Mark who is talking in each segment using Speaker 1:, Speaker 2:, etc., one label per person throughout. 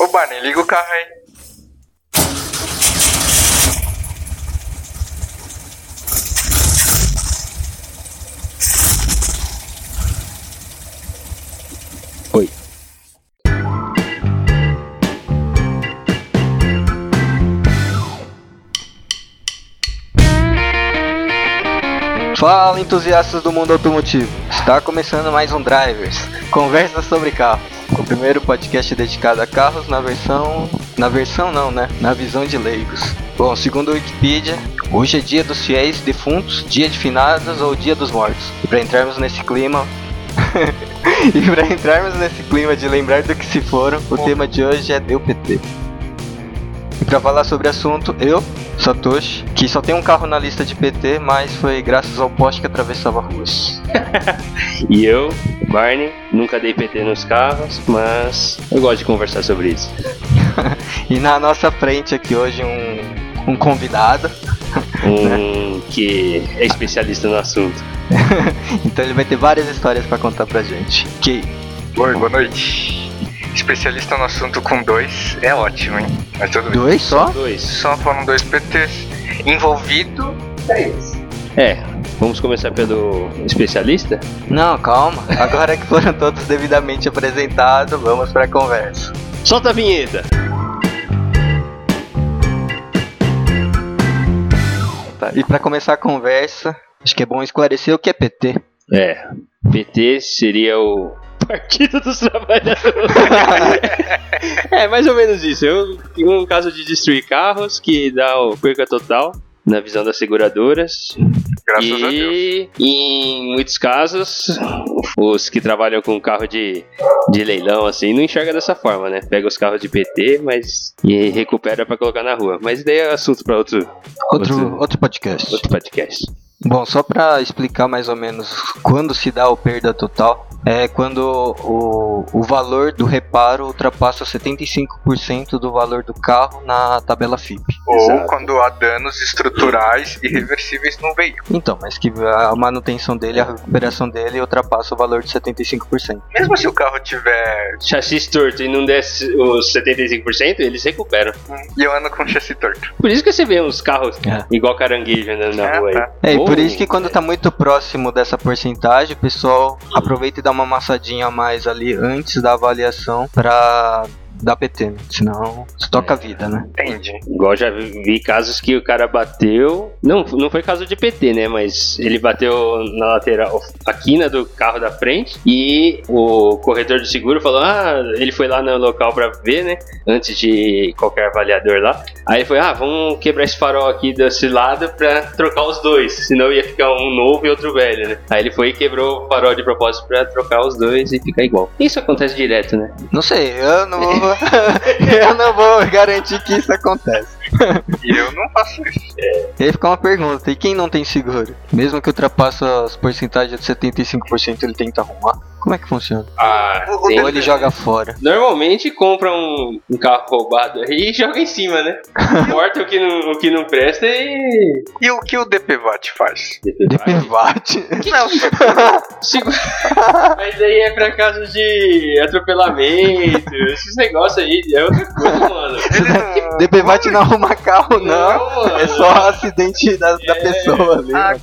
Speaker 1: Ô, Barney, liga o carro aí.
Speaker 2: Oi. Fala, entusiastas do mundo automotivo. Está começando mais um Drivers, conversa sobre carros. O primeiro podcast dedicado a carros na versão, na versão não, né? Na visão de leigos. Bom, segundo a Wikipedia, hoje é dia dos fiéis defuntos, dia de finados ou dia dos mortos. E para entrarmos nesse clima, e para entrarmos nesse clima de lembrar do que se foram, o tema de hoje é Deu PT. E para falar sobre o assunto, eu, Satoshi, que só tem um carro na lista de PT, mas foi graças ao poste que atravessava ruas.
Speaker 3: E eu, Barney, nunca dei PT nos carros, mas eu gosto de conversar sobre isso.
Speaker 2: E na nossa frente aqui hoje um, um convidado,
Speaker 3: Um que é especialista no assunto.
Speaker 2: então ele vai ter várias histórias para contar pra gente. Que
Speaker 1: Oi, boa noite. Especialista no assunto com dois é ótimo, hein? Mas tudo bem.
Speaker 2: dois só?
Speaker 3: Dois.
Speaker 1: Só foram dois PTs. Envolvido, três.
Speaker 3: É, vamos começar pelo especialista?
Speaker 2: Não, calma. Agora que foram todos devidamente apresentados, vamos pra conversa.
Speaker 3: Solta a vinheta!
Speaker 2: Tá, E pra começar a conversa, acho que é bom esclarecer o que é PT.
Speaker 3: É, PT seria o Partido dos Trabalhadores. é, mais ou menos isso. Eu, um caso de destruir carros que dá o perca total na visão das seguradoras.
Speaker 1: Graças a Deus.
Speaker 3: E em muitos casos, os que trabalham com carro de, de leilão assim não enxerga dessa forma, né? Pega os carros de PT, mas e recupera pra colocar na rua. Mas daí é assunto pra outro,
Speaker 2: Outro,
Speaker 3: Outro-
Speaker 2: outro podcast.
Speaker 3: outro podcast.
Speaker 2: Bom, só para explicar mais ou menos quando se dá o perda total, é quando o, o valor do reparo ultrapassa 75% do valor do carro na tabela FIP.
Speaker 1: Ou
Speaker 3: Exato.
Speaker 1: quando há danos estruturais irreversíveis no veículo.
Speaker 2: Então, mas que a manutenção dele, a recuperação dele ultrapassa o valor de 75%.
Speaker 1: Mesmo se o carro tiver
Speaker 3: Chassis torto e não der os 75%, eles recuperam.
Speaker 1: um, e eu ando com chassi torto.
Speaker 3: Por isso que você vê uns carros
Speaker 2: É.
Speaker 3: igual caranguejo andando na
Speaker 1: Ah,
Speaker 3: rua aí.
Speaker 1: tá.
Speaker 2: É, e por
Speaker 3: Ou-
Speaker 2: isso que quando tá muito próximo dessa porcentagem, o pessoal aproveita e dá uma amassadinha a mais ali antes da avaliação pra dar PT, né? senão estoca a vida, né?
Speaker 1: Entendi.
Speaker 3: Igual já vi vi casos que o cara bateu. Não, não foi caso de PT, né? Mas ele bateu na lateral, a quina do carro da frente. E o corretor do seguro falou: Ah, ele foi lá no local pra ver, né? Antes de qualquer avaliador lá. Aí ele foi: Ah, vamos quebrar esse farol aqui desse lado pra trocar os dois. Senão ia ficar um novo e outro velho, né? Aí ele foi e quebrou o farol de propósito pra trocar os dois e ficar igual. Isso acontece direto, né?
Speaker 2: Não sei, eu não vou, eu não vou garantir que isso acontece.
Speaker 1: E eu não faço isso.
Speaker 2: E aí fica uma pergunta, e quem não tem seguro? Mesmo que ultrapassa as porcentagens de 75%, ele tenta arrumar? Como é que funciona?
Speaker 3: Ah,
Speaker 1: tem-
Speaker 2: Ou ele joga fora?
Speaker 3: Normalmente compra um, um carro roubado aí e joga em cima, né? Corta o que não, o que não presta e.
Speaker 1: E o que o DPVAT faz?
Speaker 2: Depervate.
Speaker 1: Não,
Speaker 3: Segura. Mas aí é pra casos de atropelamento, esses negócios aí, é outra coisa, mano.
Speaker 1: ele não...
Speaker 2: Depervate não arruma carro, não.
Speaker 3: mano.
Speaker 2: É só acidente da, da
Speaker 3: É.
Speaker 2: pessoa ali.
Speaker 1: Ah,
Speaker 2: mano.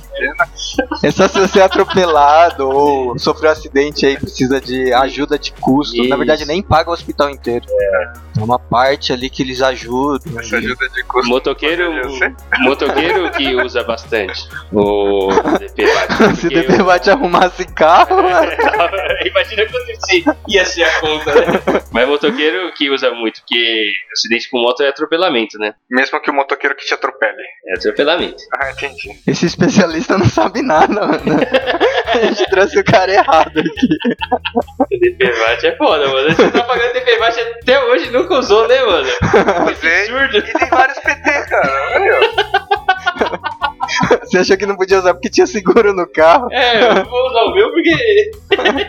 Speaker 2: É só se você é atropelado ou sofreu um acidente aí, precisa de ajuda de custo. Na
Speaker 3: Isso.
Speaker 2: verdade, nem paga o hospital inteiro. É. uma parte ali que eles ajudam.
Speaker 1: essa
Speaker 2: ali.
Speaker 1: ajuda de custo.
Speaker 3: Motoqueiro,
Speaker 1: Eu sei.
Speaker 3: motoqueiro que usa bastante o DPVAT.
Speaker 2: Se o
Speaker 3: porque
Speaker 2: DP vai te arrumar esse carro, mano.
Speaker 3: Imagina quanto se ia ser a conta, né? Mas motoqueiro que usa muito, porque acidente com moto é atropelamento, né?
Speaker 1: Mesmo que o motoqueiro que te atropele.
Speaker 3: É atropelamento.
Speaker 1: Ah, entendi.
Speaker 2: esse especialista não sabe nada, mano. A gente trouxe o cara errado aqui.
Speaker 3: DPVAT é foda, mano. Essa propaganda de DPVAT até hoje nunca usou, né, mano? Que
Speaker 1: Usei.
Speaker 3: absurdo.
Speaker 1: E tem vários PT, cara. Olha aí, ó.
Speaker 2: Você achou que não podia usar porque tinha seguro no carro?
Speaker 3: É, eu vou usar o meu porque.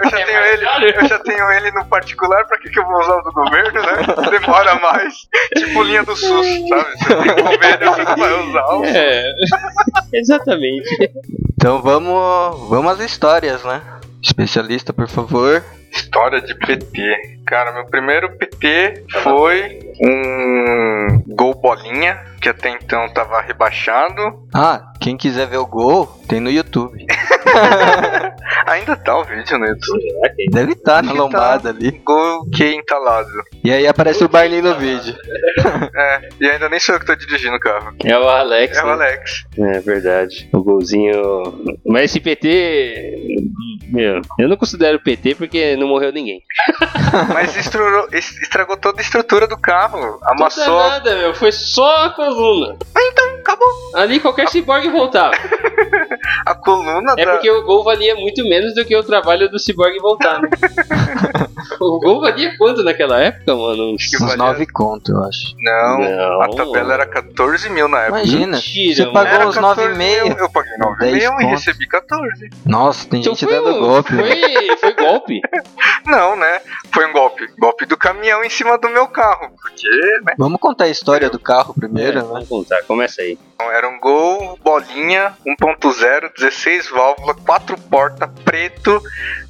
Speaker 1: Eu
Speaker 3: É
Speaker 1: já tenho ele, eu já tenho ele no particular, pra que, que eu vou usar o do governo, né? Demora mais. Tipo linha do SUS, sabe? Você tem convênio, você não vai usar o.
Speaker 3: É, exatamente.
Speaker 2: Então vamos, vamos às histórias, né? Especialista, por favor.
Speaker 1: História de PT. Cara, meu primeiro PT foi um gol bolinha, que até então tava rebaixado.
Speaker 2: Ah, quem quiser ver o gol, tem no YouTube.
Speaker 1: Ainda tá o vídeo no YouTube.
Speaker 2: Deve estar na
Speaker 1: Deve tá.
Speaker 2: lombada ali.
Speaker 1: Gol que é entalado.
Speaker 2: E aí aparece o Barney no vídeo.
Speaker 1: É, e ainda nem sou eu que tô dirigindo o carro.
Speaker 3: É o Alex.
Speaker 1: É o
Speaker 3: né?
Speaker 1: Alex.
Speaker 3: É verdade. O golzinho. Mas esse PT. Meu, eu não considero PT porque não morreu ninguém.
Speaker 1: Mas estrurou- es- estragou toda a estrutura do carro.
Speaker 3: Não
Speaker 1: Amassou.
Speaker 3: dá nada, meu. Foi só a coluna.
Speaker 1: Então, acabou.
Speaker 3: Ali qualquer ciborgue voltava.
Speaker 1: A coluna
Speaker 3: É
Speaker 1: da.
Speaker 3: porque o gol valia muito menos do que o trabalho do ciborgue voltar, né? O gol valia quanto naquela época, mano?
Speaker 1: que
Speaker 2: Uns
Speaker 1: valia-
Speaker 2: nove conto, eu acho.
Speaker 1: Não,
Speaker 3: Não.
Speaker 1: a tabela era 14 mil na época.
Speaker 2: Imagina.
Speaker 3: Mentira,
Speaker 2: você
Speaker 3: mano.
Speaker 2: pagou
Speaker 1: Era
Speaker 2: uns nove e
Speaker 1: 14 mil,
Speaker 2: meio.
Speaker 1: Eu paguei 9
Speaker 2: Dez
Speaker 1: mil e
Speaker 2: conto.
Speaker 1: recebi 14.
Speaker 2: Nossa, tem gente dando
Speaker 3: um-
Speaker 2: golpe. né?
Speaker 3: Foi, foi golpe.
Speaker 1: Não, né? Foi um golpe. Golpe do caminhão em cima do meu carro. Porque, né?
Speaker 2: Vamos contar a história do carro primeiro,
Speaker 3: É,
Speaker 2: né?
Speaker 3: vamos contar, começa aí.
Speaker 1: Então, Era um gol, bolinha, 1.0, 16 válvula, 4 porta, preto,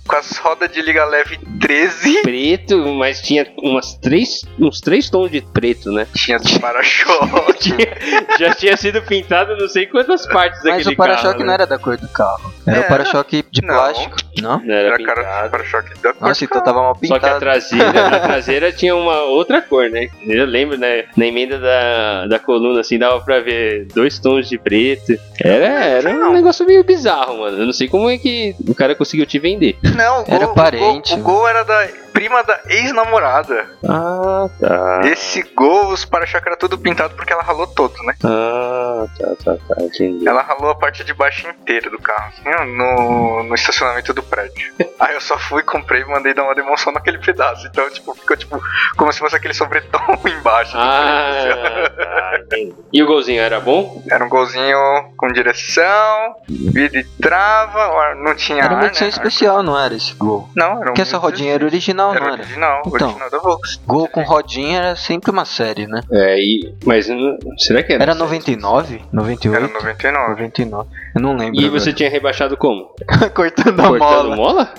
Speaker 1: com as rodas de liga leve 13.
Speaker 3: Preto, mas tinha umas três, uns três tons de preto, né?
Speaker 1: Tinha de para-choque.
Speaker 3: Já tinha sido pintado não sei quantas partes
Speaker 2: Mas
Speaker 3: daquele
Speaker 2: o para-choque
Speaker 3: carro, né?
Speaker 2: não era da cor do carro. Era
Speaker 1: Era.
Speaker 2: o para-choque de
Speaker 1: Não.
Speaker 2: plástico, não?
Speaker 3: Não era
Speaker 1: Era cara de
Speaker 3: pintado.
Speaker 1: para-choque da cor.
Speaker 2: Nossa, então tava mal
Speaker 3: Só que é a
Speaker 2: pintado.
Speaker 3: traseira, a traseira tinha uma outra cor, né? Eu lembro, né? Na emenda da, da coluna, assim, dava pra ver dois tons de preto. Era, era um negócio meio bizarro, mano. Eu não sei como é que o cara conseguiu te vender.
Speaker 1: Não, o gol,
Speaker 2: Era
Speaker 1: o gol-
Speaker 2: parente,
Speaker 1: O gol,
Speaker 2: né?
Speaker 1: era da prima da ex-namorada.
Speaker 3: Ah, tá.
Speaker 1: Esse gol, os para-choque era tudo pintado porque ela ralou todo, né?
Speaker 3: Ah, tá, tá, tá. Entendi.
Speaker 1: Ela ralou a parte de baixo inteira do carro, assim, no, no estacionamento do prédio. Aí eu só fui, comprei e mandei dar uma demonstração naquele pedaço. Então, tipo, ficou tipo como se fosse aquele sobretom embaixo. do prédio, assim.
Speaker 3: Ah, tá, entendi. E o golzinho era bom?
Speaker 1: Era um golzinho com direção, vida e trava, ó, não tinha
Speaker 2: Era
Speaker 1: ar,
Speaker 2: uma
Speaker 1: né?
Speaker 2: edição especial, não era esse gol?
Speaker 1: Não, era um
Speaker 2: Porque essa rodinha era original,
Speaker 1: Era
Speaker 2: não era?
Speaker 1: original,
Speaker 2: Então.
Speaker 1: original da Volks.
Speaker 2: Gol com rodinha era sempre uma série, né?
Speaker 3: É, e, mas eu não- será que era?
Speaker 2: Era 99?
Speaker 1: Era
Speaker 2: 98?
Speaker 1: 99.
Speaker 2: 99. Eu não lembro.
Speaker 3: E você tinha rebaixado como?
Speaker 2: agora. cortando a mola.
Speaker 3: Cortando mola?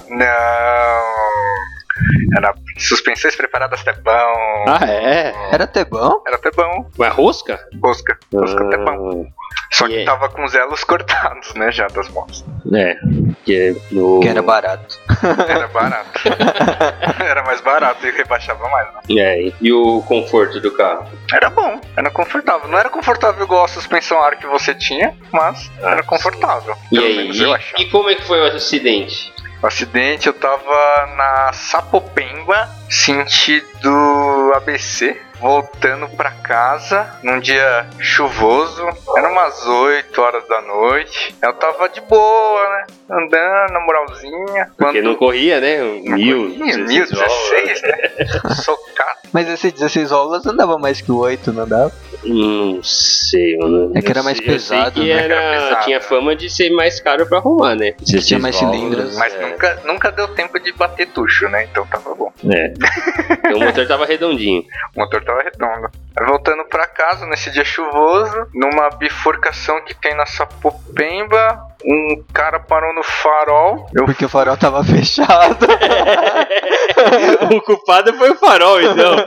Speaker 1: Não. Era suspensões preparadas até bom.
Speaker 3: Ah, é?
Speaker 2: Era até bom?
Speaker 1: Era até bom.
Speaker 3: Mas rosca?
Speaker 1: Rosca. Rosca até bom.
Speaker 2: Ah,
Speaker 1: Só que
Speaker 3: yeah.
Speaker 1: tava com os elos cortados, né? Já das motos.
Speaker 3: É, porque no...
Speaker 2: Que era barato.
Speaker 1: Era barato. era mais barato e rebaixava mais. né?
Speaker 3: E aí? E o conforto do carro?
Speaker 1: Era bom. Era confortável. Não era confortável igual a suspensão ar que você tinha, mas era confortável.
Speaker 3: E
Speaker 1: Pelo
Speaker 3: aí?
Speaker 1: menos eu
Speaker 3: E,
Speaker 1: achava.
Speaker 3: e como é que foi o acidente?
Speaker 1: O acidente eu tava na Sapopemba, sentido ABC, voltando pra casa num dia chuvoso, era umas 8 horas da noite. Eu tava de boa, né? Andando na moralzinha.
Speaker 3: Porque não corria, né? Mil,
Speaker 1: Ih, 1016, né? Socado.
Speaker 2: Mas esse 16 aulas andava mais que o 8, não andava?
Speaker 3: Não sei, mano.
Speaker 2: É que era mais
Speaker 3: Eu sei- eu sei
Speaker 2: pesado,
Speaker 3: que
Speaker 2: né?
Speaker 3: era-
Speaker 1: Era pesado.
Speaker 3: Tinha fama de ser mais caro pra arrumar, né?
Speaker 2: Tinha mais
Speaker 3: 16
Speaker 2: cilindros.
Speaker 3: válvulas,
Speaker 1: Mas
Speaker 3: é.
Speaker 1: nunca, nunca deu tempo de bater tucho, né? Então tava bom.
Speaker 3: É. Então o motor tava redondinho.
Speaker 1: O motor tava redondo. Aí Voltando pra casa nesse dia chuvoso, numa bifurcação que tem na Sapopemba, um cara parou no farol. Eu
Speaker 2: Porque o farol tava fechado.
Speaker 3: o culpado foi o farol, então.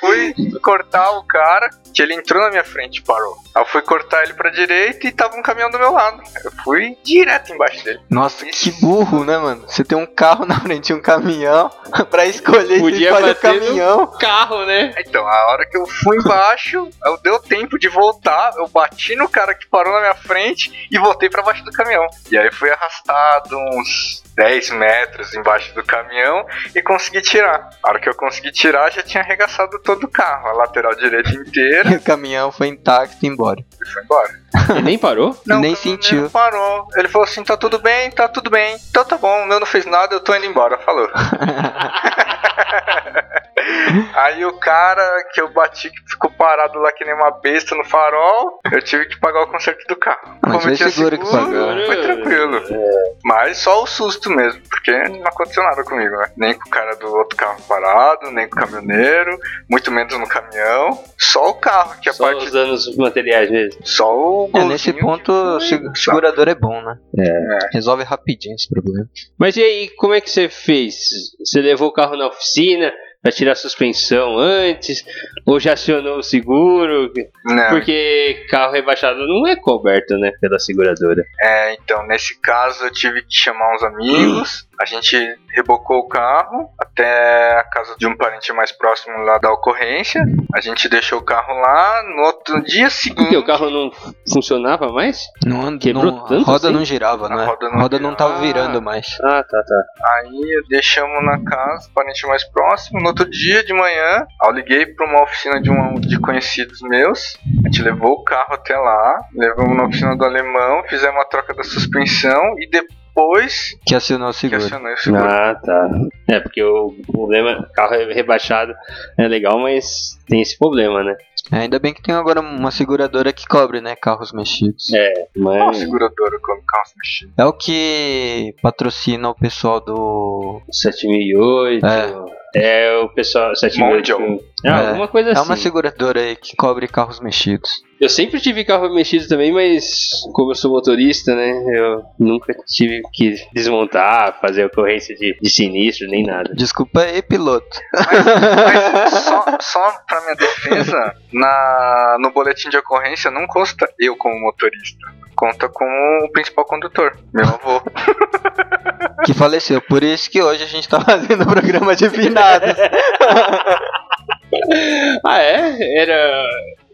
Speaker 1: fui cortar o cara, que ele entrou na minha frente e parou. Aí eu fui cortar ele pra direita e tava um caminhão do meu lado. Eu fui direto embaixo dele.
Speaker 2: Nossa, que burro, né, mano? Você tem um carro na frente e um caminhão pra escolher Podia
Speaker 3: Podia
Speaker 2: escolhe o
Speaker 3: bater no-
Speaker 2: caminhão.
Speaker 3: Carro, né?
Speaker 1: Então, a hora que eu fui embaixo, eu deu tempo de voltar, eu bati no cara que parou na minha frente e voltei pra baixo do caminhão. E aí fui arrastado uns 10 metros embaixo do caminhão e consegui tirar. A hora que eu consegui tirar, já tinha arregaçado todo o carro, a lateral direita inteira
Speaker 2: E o caminhão foi intacto e embora.
Speaker 1: e foi embora.
Speaker 3: Ele nem parou?
Speaker 2: Nem
Speaker 1: o caminhoneiro
Speaker 2: sentiu.
Speaker 1: Parou. Ele falou assim: tá tudo bem, tá tudo bem. Então tá bom, o meu não fez nada, eu tô indo embora. Falou. Aí o cara que eu bati que ficou parado lá que nem uma besta no farol, eu tive que pagar o conserto do carro.
Speaker 2: Mas
Speaker 1: Como eu
Speaker 2: foi
Speaker 1: tinha
Speaker 2: seguro que pagou.
Speaker 1: Foi tranquilo. Mas só o susto mesmo, porque não aconteceu nada comigo, né? Nem com o cara do outro carro parado, nem com o caminhoneiro, muito menos no caminhão. Só o carro que é a
Speaker 3: Só
Speaker 1: parte.
Speaker 3: usando os materiais mesmo.
Speaker 1: Só o
Speaker 2: É,
Speaker 1: golzinho
Speaker 2: nesse
Speaker 1: que
Speaker 2: ponto, o
Speaker 1: foi-
Speaker 2: seg- segurador é bom, né? Resolve rapidinho esse problema.
Speaker 3: Mas e aí, como é que você fez? Você levou o carro na oficina pra tirar a suspensão antes? Ou já acionou o seguro?
Speaker 1: Não,
Speaker 3: Porque carro rebaixado não é coberto, né, pela seguradora.
Speaker 1: É, então, nesse caso eu tive que chamar uns amigos, a gente rebocou o carro até a casa de um parente mais próximo lá da ocorrência, a gente deixou o carro lá, no outro dia
Speaker 3: Porque
Speaker 1: seguinte...
Speaker 3: o carro não funcionava mais?
Speaker 2: Não, and-
Speaker 3: Quebrou
Speaker 2: não- a
Speaker 3: tanto
Speaker 2: roda
Speaker 3: assim?
Speaker 2: não girava,
Speaker 1: A
Speaker 2: né?
Speaker 1: roda não
Speaker 2: A roda não tava
Speaker 1: girava.
Speaker 2: virando mais.
Speaker 3: Ah, tá, tá.
Speaker 1: Aí deixamos na casa, parente mais próximo. No outro dia de manhã, eu liguei para uma oficina de, um, de conhecidos meus. A gente levou o carro até lá, levamos na oficina do alemão, fizemos a troca da suspensão e depois
Speaker 2: Que acionou o
Speaker 1: que
Speaker 2: seguro.
Speaker 1: acionei o seguro.
Speaker 3: Ah, tá. É, porque o problema, carro rebaixado é legal, mas tem esse problema, né?
Speaker 2: É, ainda bem que tem agora uma seguradora que cobre, né? Carros mexidos.
Speaker 3: É.
Speaker 1: Qual
Speaker 3: Mas
Speaker 1: seguradora quando carro se mexia?
Speaker 2: É o que patrocina o pessoal do.
Speaker 3: 7008 é. o pessoal 7008.
Speaker 1: Mondial.
Speaker 3: É,
Speaker 2: É.
Speaker 3: alguma coisa assim.
Speaker 2: É uma seguradora aí que cobre carros mexidos.
Speaker 3: Eu sempre tive carro mexido também, mas como eu sou motorista, né, eu nunca tive que desmontar, fazer ocorrência de, de sinistro, nem nada.
Speaker 2: Desculpa aí, piloto.
Speaker 1: Mas só, só pra minha defesa, na, no boletim de ocorrência não consta eu como motorista. Conta como o principal condutor, meu avô.
Speaker 2: Que faleceu. Por isso que hoje a gente tá fazendo o programa de finados.
Speaker 3: Ah, é? Era...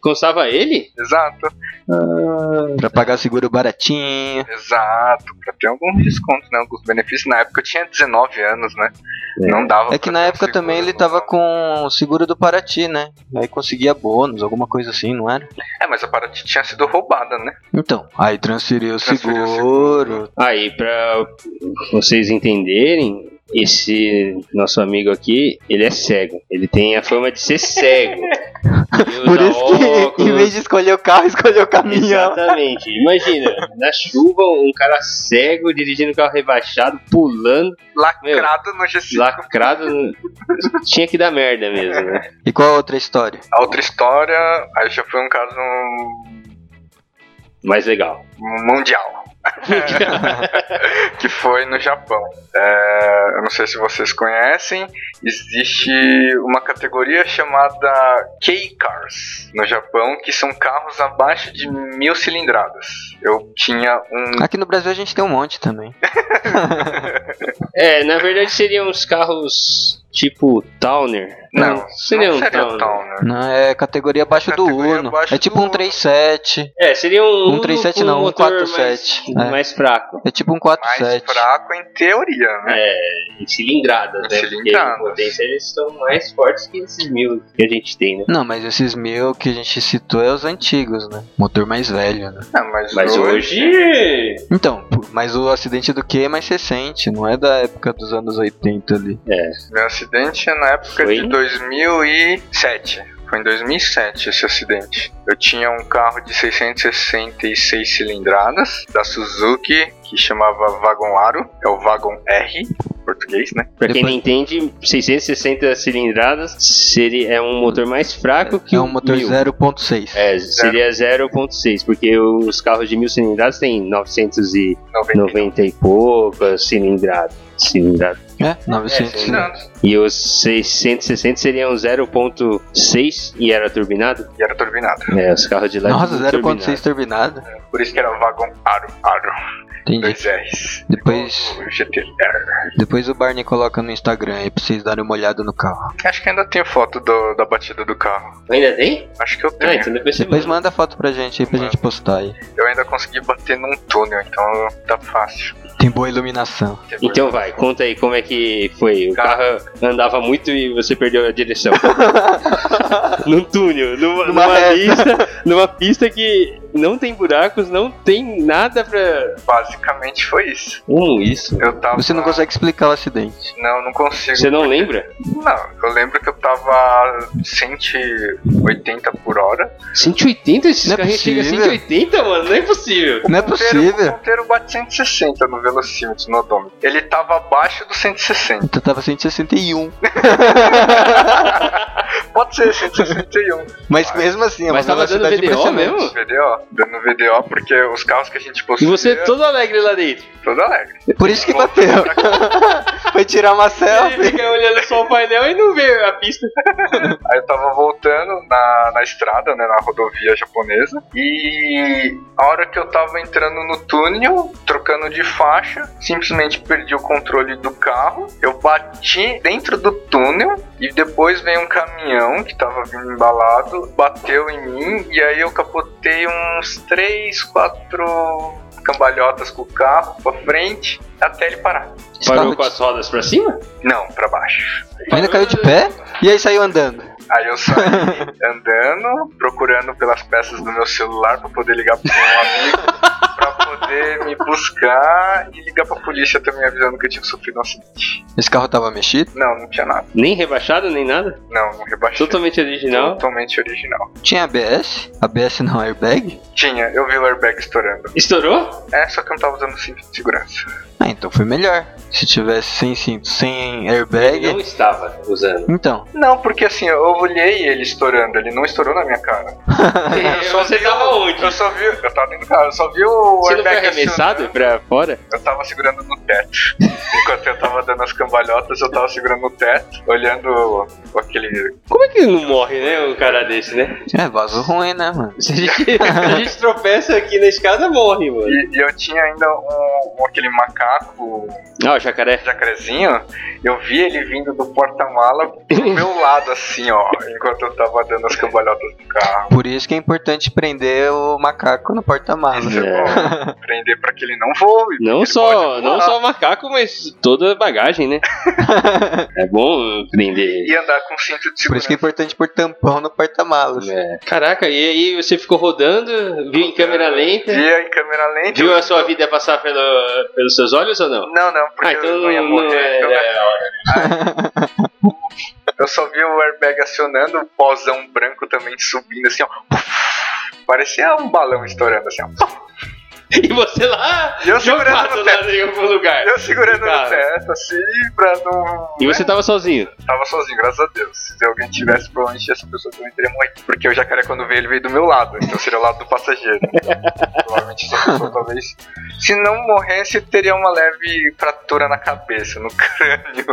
Speaker 3: Constava ele?
Speaker 1: Exato,
Speaker 2: pra pagar seguro baratinho.
Speaker 1: exato. Pra ter algum desconto, né? Alguns benefícios. Na época eu tinha 19 anos, né?
Speaker 3: É.
Speaker 1: Não dava
Speaker 2: É que
Speaker 1: pra
Speaker 2: na
Speaker 1: ter um
Speaker 2: época também
Speaker 1: seguro,
Speaker 2: ele
Speaker 1: não
Speaker 2: tava
Speaker 1: dava.
Speaker 2: com o seguro do Paraty, né? Aí conseguia bônus, alguma coisa assim, não era?
Speaker 1: É, mas a Paraty tinha sido roubada, né?
Speaker 2: Então, aí transferiu o
Speaker 1: Transferiu o
Speaker 2: seguro.
Speaker 3: Aí, pra vocês entenderem, esse nosso amigo aqui, ele é cego. Ele tem a fama de ser cego. Ele
Speaker 2: Por
Speaker 1: Tá
Speaker 3: usa
Speaker 2: isso que, em
Speaker 3: óculos.
Speaker 2: vez de escolher o carro, escolheu o caminhão.
Speaker 3: Exatamente. Imagina, na chuva, um cara cego dirigindo o carro rebaixado, pulando,
Speaker 1: Lacrado no G5.
Speaker 3: lacrado. Tinha que dar merda mesmo, né?
Speaker 2: E qual a outra história?
Speaker 1: A outra história, aí já foi um caso
Speaker 3: Mais legal.
Speaker 1: mundial. que foi no Japão. É, eu não sei se vocês conhecem, existe uma categoria chamada K-Cars no Japão, que são carros abaixo de mil cilindradas. Eu tinha um.
Speaker 2: Aqui no Brasil a gente tem um monte também.
Speaker 3: é, na verdade seriam uns carros tipo Towner.
Speaker 1: Não,
Speaker 3: seria
Speaker 1: não
Speaker 3: um
Speaker 1: seria
Speaker 3: Towner.
Speaker 1: Towner.
Speaker 2: Não, é categoria abaixo do
Speaker 1: Categoria
Speaker 2: Uno.
Speaker 1: abaixo
Speaker 2: É tipo
Speaker 1: do
Speaker 2: um
Speaker 1: Uno.
Speaker 2: 37.
Speaker 3: É, seria um.
Speaker 2: Um 37
Speaker 3: com
Speaker 2: não, um
Speaker 3: motor
Speaker 2: 47,
Speaker 3: Mais,
Speaker 2: é.
Speaker 3: mais fraco.
Speaker 2: É tipo um
Speaker 1: Mais
Speaker 2: 47.
Speaker 1: fraco em teoria, né?
Speaker 3: É, em cilindradas, né?
Speaker 1: Cilindradas.
Speaker 3: Porque em potência eles são mais fortes que esses mil que a gente tem, né?
Speaker 2: Não, mas esses mil que a gente citou é os antigos, né? Motor mais velho, né?
Speaker 1: Ah, mas,
Speaker 3: Mas hoje.
Speaker 2: Então, pô, mas o acidente do que é mais recente, não é da época dos anos 80 ali.
Speaker 1: Meu acidente é na época
Speaker 3: Foi?
Speaker 1: de 2007. Foi em 2007 esse acidente. Eu tinha um carro de 666 cilindradas da Suzuki que chamava Vagon Aro, é o Vagon R, em português, né?
Speaker 3: Pra quem
Speaker 2: Depois-
Speaker 3: não entende, 660 cilindradas seria, é um motor mais fraco que
Speaker 2: é
Speaker 3: o
Speaker 2: um motor
Speaker 3: 1000.
Speaker 2: 0.6.
Speaker 3: É, seria 0.6, porque os carros de 1000 cilindradas têm 990
Speaker 1: 90
Speaker 3: e poucas cilindradas. cilindrada.
Speaker 2: É, 900. né?
Speaker 1: cilindradas.
Speaker 3: E os 660 seriam 0.6 e era turbinado?
Speaker 1: E era turbinada.
Speaker 3: É, os carros de lá.
Speaker 2: Nossa,
Speaker 3: tudo turbinado.
Speaker 2: 0.6 turbinado.
Speaker 1: Por isso que era Vagon Aro, Aro,
Speaker 2: Entendi.
Speaker 1: dois
Speaker 3: um
Speaker 1: R's.
Speaker 2: Depois,
Speaker 1: O GTR.
Speaker 2: depois o Barney coloca no Instagram aí pra vocês darem uma olhada no carro.
Speaker 1: Acho que ainda tem foto do- da batida do carro.
Speaker 3: Ainda tem?
Speaker 1: Acho que eu tenho.
Speaker 3: Ah, então depois você
Speaker 2: Depois
Speaker 3: manda.
Speaker 2: manda a foto pra gente aí pra gente postar aí.
Speaker 1: Eu ainda consegui bater num túnel, então tá fácil.
Speaker 2: Tem boa iluminação.
Speaker 3: Então vai, conta aí como é que foi. O
Speaker 1: Cara.
Speaker 3: carro andava muito e você perdeu a direção. Num túnel, numa,
Speaker 2: Numa
Speaker 3: numa
Speaker 2: reta.
Speaker 3: pista, numa pista que não tem buracos, não tem nada pra.
Speaker 1: basicamente foi isso.
Speaker 2: Um,
Speaker 3: Hum, isso.
Speaker 1: Eu tava.
Speaker 2: Você não consegue explicar o acidente.
Speaker 1: Não, não consigo.
Speaker 3: Você não lembra?
Speaker 1: Não, eu lembro que eu tava a 180 por hora.
Speaker 3: 180? Esses
Speaker 2: Não é
Speaker 3: carrinhos chegam a
Speaker 2: possível.
Speaker 3: 180, mano? Não é possível.
Speaker 2: Não é
Speaker 1: O
Speaker 2: possível.
Speaker 1: ponteiro bate 160 no velocímetro, no odômetro. Ele tava abaixo do 160.
Speaker 2: Então tava 161.
Speaker 1: Pode ser 161.
Speaker 2: Mas mesmo assim, é uma
Speaker 3: Mas tava dando
Speaker 2: velocidade
Speaker 3: VDO
Speaker 2: impressionante.
Speaker 3: mesmo?
Speaker 1: VDO, dando VDO, porque os carros que a gente
Speaker 3: E
Speaker 1: possui.
Speaker 3: você todo alegre lá dentro.
Speaker 1: todo alegre.
Speaker 2: Por é isso que bateu. Foi tirar uma
Speaker 3: Ele
Speaker 2: selfie.
Speaker 3: fica olhando só o painel e não vê a pista.
Speaker 1: Aí eu tava voltando na, na estrada, né, na rodovia japonesa, e a hora que eu tava entrando no túnel, trocando de faixa, simplesmente perdi o controle do carro, eu bati dentro do túnel, e depois veio um caminhão que tava vindo embalado, bateu em mim, e aí eu capotei uns 3, 4 cambalhotas com o carro pra frente, até ele parar.
Speaker 3: Parou
Speaker 2: Estava
Speaker 3: com as rodas pra cima?
Speaker 1: Não, pra baixo.
Speaker 2: Ainda caiu de pé? E aí saiu andando.
Speaker 1: Aí eu saí andando, procurando pelas peças do meu celular pra poder ligar pra um amigo, pra poder me buscar e ligar pra polícia também avisando que eu tinha sofrido um acidente.
Speaker 2: Esse carro tava mexido?
Speaker 1: Não, não tinha nada.
Speaker 3: Nem rebaixado, nem nada.
Speaker 1: Não, não rebaixei.
Speaker 3: Totalmente original.
Speaker 1: Totalmente original.
Speaker 2: Tinha ABS? ABS não, airbag?
Speaker 1: Tinha, eu vi o airbag estourando.
Speaker 3: Estourou?
Speaker 1: É, só que eu não tava usando cinto de segurança.
Speaker 2: Ah, então foi melhor. Se tivesse sem cinto, sem
Speaker 3: Não
Speaker 2: airbag.
Speaker 3: estava usando.
Speaker 2: Então.
Speaker 1: Não, porque assim, eu olhei ele estourando, ele não estourou na minha cara.
Speaker 3: Você
Speaker 1: vi
Speaker 3: tava
Speaker 1: o-
Speaker 3: onde?
Speaker 1: Eu só vi, eu tava dentro do carro, eu só vi o
Speaker 3: Você não foi
Speaker 1: airbag
Speaker 3: arremessado
Speaker 1: acionando.
Speaker 3: pra fora?
Speaker 1: Eu tava segurando no teto. Enquanto eu tava dando as cambalhotas, eu tava segurando no teto, olhando aquele.
Speaker 3: Como é que não morre, né, um cara desse, né?
Speaker 2: É, vaso ruim, né, mano?
Speaker 3: Se a gente, a gente tropeça aqui na escada, morre, mano.
Speaker 1: E, e eu tinha ainda um, um- aquele macaco
Speaker 3: Ah, o jacaré.
Speaker 1: jacarezinho. Eu vi ele vindo do porta-mala pro meu lado, assim, ó. Enquanto eu tava dando as cambalhotas do carro.
Speaker 2: Por isso que é importante prender o macaco no porta-malas.
Speaker 1: Isso é bom. Prender pra que ele não voe.
Speaker 3: Não
Speaker 1: ele
Speaker 3: só,
Speaker 1: pode voar.
Speaker 3: não só o macaco, mas toda a bagagem, né? É bom prender.
Speaker 1: E andar com cinto de
Speaker 2: Por isso
Speaker 1: segurança.
Speaker 2: que é importante pôr tampão no porta-malas.
Speaker 3: É. Caraca, e aí você ficou rodando, viu em câmera lenta,
Speaker 1: Via em câmera lenta.
Speaker 3: viu a sua vida passar pelo, pelos seus olhos ou não?
Speaker 1: Não, não, porque
Speaker 3: Ah, então
Speaker 1: eu não ia
Speaker 3: não
Speaker 1: morrer.
Speaker 3: é,
Speaker 1: eu ia
Speaker 3: é a hora.
Speaker 1: Eu só vi o airbag acionando, o pozão branco também subindo assim, ó. Parecia um balão estourando assim, ó.
Speaker 3: E você lá,
Speaker 1: E eu segurando
Speaker 3: jogado
Speaker 1: no
Speaker 3: lá
Speaker 1: teto.
Speaker 3: em algum lugar.
Speaker 1: Eu segurando no
Speaker 3: É, Cara.
Speaker 1: teto, assim, pra não.
Speaker 3: E você tava sozinho.
Speaker 1: Tava sozinho, graças a Deus. Se alguém tivesse, provavelmente essa pessoa também teria morrido. Porque o jacaré, quando veio, ele veio do meu lado. Então seria o lado do passageiro. Então, provavelmente essa pessoa, talvez. Se não morresse, teria uma leve fratura na cabeça, no crânio.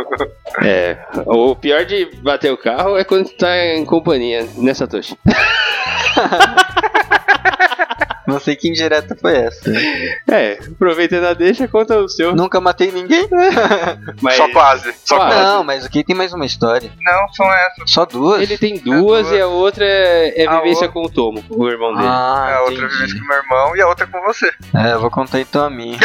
Speaker 3: É, o pior de bater o carro é quando tá em companhia, né, Satoshi?
Speaker 2: Não sei que indireta foi essa.
Speaker 3: É, aproveitando a deixa, conta o seu. né?
Speaker 2: Nunca matei ninguém?
Speaker 3: Mas
Speaker 1: Só quase. Só
Speaker 3: Ah,
Speaker 1: quase.
Speaker 2: Não, mas aqui tem mais uma história.
Speaker 1: Não, são essas.
Speaker 2: Só duas.
Speaker 3: ele tem duas
Speaker 1: É duas.
Speaker 3: e a outra é, é
Speaker 1: A
Speaker 3: vivência com o Tomo, o irmão dele.
Speaker 2: Ah,
Speaker 1: É a outra
Speaker 2: entendi.
Speaker 1: vez com meu irmão e a outra com você.
Speaker 2: É, eu vou contar então a minha.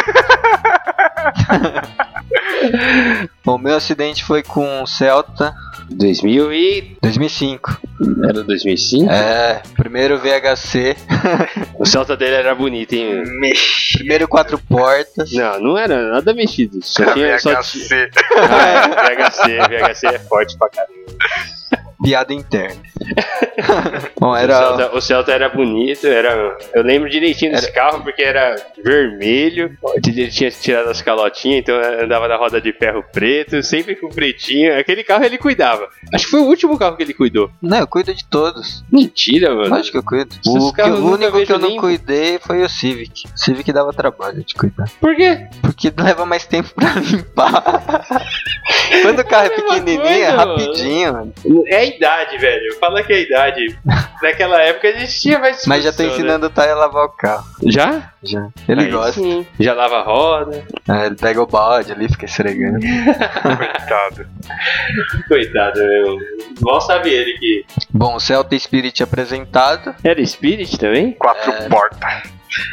Speaker 2: Bom, meu acidente foi com o Celta
Speaker 3: 2000 e...
Speaker 2: 2005.
Speaker 3: Era 2005?
Speaker 2: É, primeiro VHC,
Speaker 3: O Celta dele era bonito, hein?
Speaker 1: Mexi.
Speaker 2: primeiro quatro portas.
Speaker 3: Não, não era nada mexido. Só tinha...
Speaker 1: é
Speaker 3: Só tinha...
Speaker 1: VHC.
Speaker 3: Ah, é, VHC, VHC é forte pra caralho.
Speaker 2: Piada interna. Bom,
Speaker 3: O
Speaker 2: era.
Speaker 3: Celta- O Celta era bonito, era. Eu lembro direitinho desse carro porque era vermelho, ele tinha tirado as calotinhas, então andava na roda de ferro preto, sempre com pretinho. Aquele carro ele cuidava. Acho que foi o último carro que ele cuidou.
Speaker 2: Não, né, eu cuido de todos.
Speaker 3: Mentira, mano.
Speaker 2: Lógico que eu cuido.
Speaker 3: Esses
Speaker 2: O, que-
Speaker 3: carros eu
Speaker 2: o
Speaker 3: nunca
Speaker 2: único que
Speaker 3: vejo
Speaker 2: eu não
Speaker 3: limpo.
Speaker 2: cuidei foi o Civic. O Civic dava trabalho de cuidar.
Speaker 3: Por quê?
Speaker 2: Porque leva mais tempo pra limpar. Quando o carro é
Speaker 3: É a mesma
Speaker 2: pequenininho, é
Speaker 3: coisa, mano.
Speaker 2: rapidinho, mano.
Speaker 3: É a idade, velho. Fala que é a idade. Naquela época a gente tinha mais.
Speaker 2: Mas já tô
Speaker 3: discussão,
Speaker 2: ensinando o Thay a lavar o carro.
Speaker 3: né? Já?
Speaker 2: Já. Ele
Speaker 3: Aí
Speaker 2: gosta.
Speaker 3: sim. Já lava a roda.
Speaker 2: É, ele pega o balde ali, fica esfregando.
Speaker 1: Coitado.
Speaker 3: Coitado, meu. Mal sabe ele que.
Speaker 2: Bom, o Celta Spirit apresentado
Speaker 3: Era Spirit também?
Speaker 1: Quatro portas.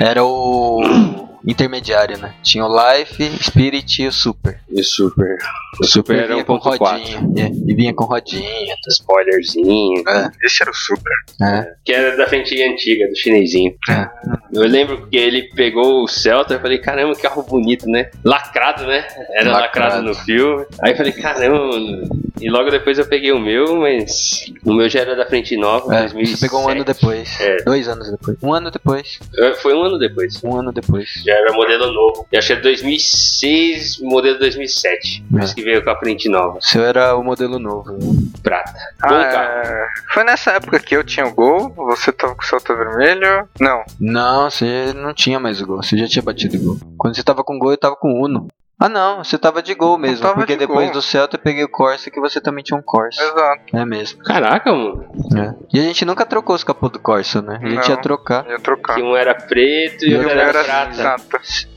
Speaker 2: era o intermediária, né? Tinha o Life, Spirit e o Super.
Speaker 3: E o Super. O Super era
Speaker 2: vinha com
Speaker 3: 1.4.
Speaker 2: rodinha. é, e vinha com rodinha.
Speaker 3: Spoilerzinho.
Speaker 1: Esse era o Super.
Speaker 2: É,
Speaker 3: Que era da frentinha antiga, do chinesinho.
Speaker 2: é.
Speaker 3: Eu lembro que ele pegou o Celta eu falei, caramba, que carro bonito, né? Lacrado, né? Era lacrado,
Speaker 2: Lacrado.
Speaker 3: no filme. Aí eu falei, caramba, mano. E logo depois eu peguei o meu, mas o meu já era da frente nova,
Speaker 2: É,
Speaker 3: 2007.
Speaker 2: você pegou um ano depois.
Speaker 3: É.
Speaker 2: Dois anos depois. Um ano depois.
Speaker 3: É, Foi um ano depois.
Speaker 2: Um ano depois.
Speaker 3: Já era modelo novo. Eu acho que é era 2006, modelo 2007. Por
Speaker 2: É.
Speaker 3: isso que veio com a frente nova,
Speaker 2: O seu era o modelo novo.
Speaker 3: prata. Bom
Speaker 1: Ah,
Speaker 3: carro.
Speaker 1: é. Foi nessa época que eu tinha o gol, você tava com o Celta Vermelho. Não,
Speaker 2: Não, você não tinha mais o gol. Você já tinha batido o gol. Quando você tava com gol, eu tava com Uno. Ah não, você tava de gol mesmo.
Speaker 1: tava
Speaker 2: Porque
Speaker 1: de
Speaker 2: depois
Speaker 1: gol.
Speaker 2: do Celta eu peguei o Corsa que você também tinha um Corsa.
Speaker 1: exato.
Speaker 2: É mesmo.
Speaker 3: Caraca, mano.
Speaker 2: É. E a gente nunca trocou os capôs do Corsa, né? A gente
Speaker 1: Não.
Speaker 2: ia trocar.
Speaker 1: Ia trocar.
Speaker 3: Que um era preto e
Speaker 2: E
Speaker 1: o
Speaker 3: outro
Speaker 1: meu
Speaker 3: era,
Speaker 2: assim.
Speaker 1: era
Speaker 3: prata.
Speaker 1: exato.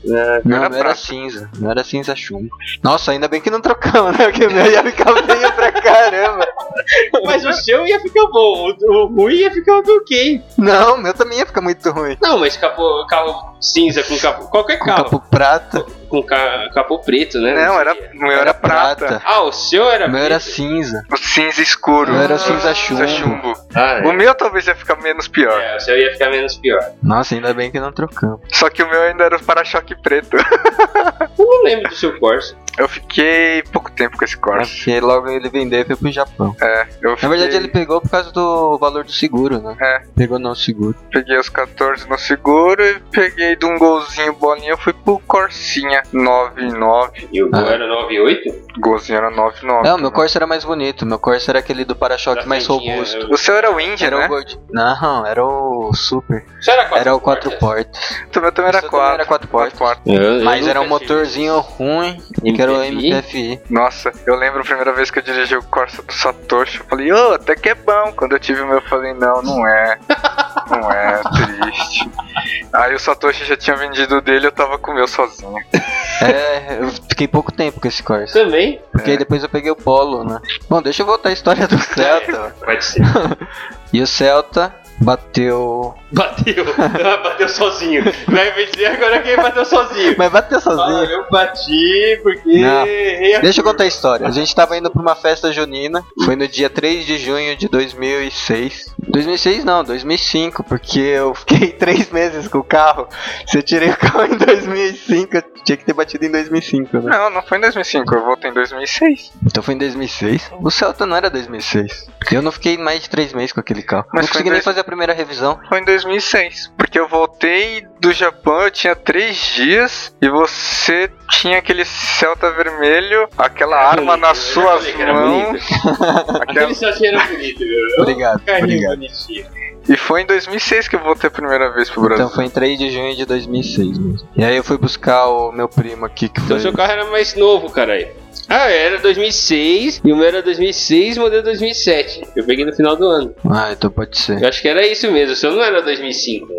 Speaker 2: Não,
Speaker 1: É, era
Speaker 2: não era
Speaker 1: prata.
Speaker 2: cinza. Não era cinza chumbo. Nossa, ainda bem que não trocamos, né? Porque o meu ia ficar feio pra caramba.
Speaker 3: Mas o seu ia ficar bom, o- o ruim ia ficar ok.
Speaker 2: Não, o meu também ia ficar muito ruim.
Speaker 3: Não, mas capô, carro cinza com capô. Qualquer
Speaker 2: Com
Speaker 3: carro.
Speaker 2: capô prata.
Speaker 3: Com ca- capô preto, né?
Speaker 1: Não, era, o meu era, prata.
Speaker 3: Ah, o seu era
Speaker 2: O meu era
Speaker 3: preto?
Speaker 2: cinza.
Speaker 1: O cinza escuro.
Speaker 2: O meu era
Speaker 3: Ah,
Speaker 2: cinza chumbo. É.
Speaker 3: Ah,
Speaker 1: O meu talvez ia ficar menos
Speaker 3: é.
Speaker 1: pior.
Speaker 3: É, o seu ia ficar menos pior.
Speaker 2: Nossa, ainda bem que não trocamos.
Speaker 1: Só que o meu ainda era o para-choque preto.
Speaker 3: Eu não lembro do seu Corsa.
Speaker 1: Eu fiquei pouco tempo com esse
Speaker 2: É
Speaker 1: Corsa.
Speaker 2: porque logo ele vendeu e foi pro Japão.
Speaker 1: Eu
Speaker 2: Na verdade,
Speaker 1: fiquei-
Speaker 2: ele pegou por causa do valor do seguro, né?
Speaker 1: É.
Speaker 2: Pegou não o seguro.
Speaker 1: Peguei os 14 no seguro e peguei de um golzinho bolinha. Eu fui pro Corsinha 99.
Speaker 3: E o meu
Speaker 2: Ah.
Speaker 3: era 98?
Speaker 1: Golzinho era né? 99.
Speaker 2: Não, meu Corsa era mais bonito. Meu Corsa era aquele do para-choque
Speaker 3: Da
Speaker 2: mais
Speaker 3: frentinha,
Speaker 2: robusto.
Speaker 3: eu-
Speaker 1: O seu era o Índia,
Speaker 2: Era o
Speaker 1: né?
Speaker 2: Gold. Não, era o Super.
Speaker 3: Só era quatro
Speaker 2: Era o
Speaker 3: portas.
Speaker 2: quatro portas.
Speaker 1: O meu também era
Speaker 2: Isso também
Speaker 1: 4.
Speaker 2: era quatro portas.
Speaker 3: Eu- eu
Speaker 2: Mas
Speaker 3: nunca
Speaker 2: era um
Speaker 3: tive.
Speaker 2: motorzinho ruim, que era o MPFI.
Speaker 1: Nossa, eu lembro a primeira vez que eu dirigi o Corsa do Satoshi. Eu falei, ô, até que é bom. Quando eu tive o meu, eu falei, não, não é. Não é, triste. Aí o Satoshi já tinha vendido o dele eu tava com o meu sozinho.
Speaker 2: É, eu fiquei pouco tempo com esse Corsa.
Speaker 3: Também?
Speaker 2: Porque aí depois eu peguei o Polo, né? Bom, deixa eu voltar à história do Celta.
Speaker 3: Pode ser.
Speaker 2: E o Celta bateu.
Speaker 3: Bateu. bateu sozinho. Vai me dizer agora quem bateu sozinho.
Speaker 2: Mas bateu sozinho.
Speaker 3: Ah, eu bati porque
Speaker 2: Não.
Speaker 3: errei a
Speaker 2: Deixa eu
Speaker 3: curva.
Speaker 2: contar a história. A gente tava indo pra uma festa junina. Foi no dia 3 de junho de 2006. 2006 não, 2005, porque eu fiquei três meses com o carro. Se eu tirei o carro em 2005, eu tinha que ter batido em 2005, né?
Speaker 1: Não, não foi em 2005, eu voltei em 2006.
Speaker 2: Então foi em 2006. O Celta não era 2006. Eu não fiquei mais de três meses com aquele carro.
Speaker 1: Mas
Speaker 2: não
Speaker 1: foi
Speaker 2: consegui
Speaker 1: em
Speaker 2: nem
Speaker 1: dois-
Speaker 2: fazer a primeira revisão.
Speaker 1: Foi em 2006. Porque eu voltei do Japão, eu tinha três dias e você tinha aquele Celta vermelho, aquela
Speaker 3: Era
Speaker 1: arma
Speaker 3: bonito,
Speaker 1: nas
Speaker 3: eu já
Speaker 1: suas
Speaker 3: falei que era
Speaker 1: mãos.
Speaker 3: bonito.
Speaker 1: aquela-
Speaker 3: Aquele sozinho era bonito, meu.
Speaker 2: Obrigado,
Speaker 3: Carrinho
Speaker 2: obrigado.
Speaker 3: bonitinho.
Speaker 1: E foi em 2006 que eu voltei a primeira vez pro Brasil.
Speaker 2: Então foi em 3 de junho de 2006 mesmo. E aí eu fui buscar o meu primo aqui, que
Speaker 3: Então
Speaker 2: foi...
Speaker 3: seu carro era mais novo, caralho. Ah, era 2006 e o meu era 2006, modelo 2007. Eu peguei no final do ano.
Speaker 2: Ah, então pode ser.
Speaker 1: É.
Speaker 3: Eu acho que era isso mesmo. O seu não era 2005. né?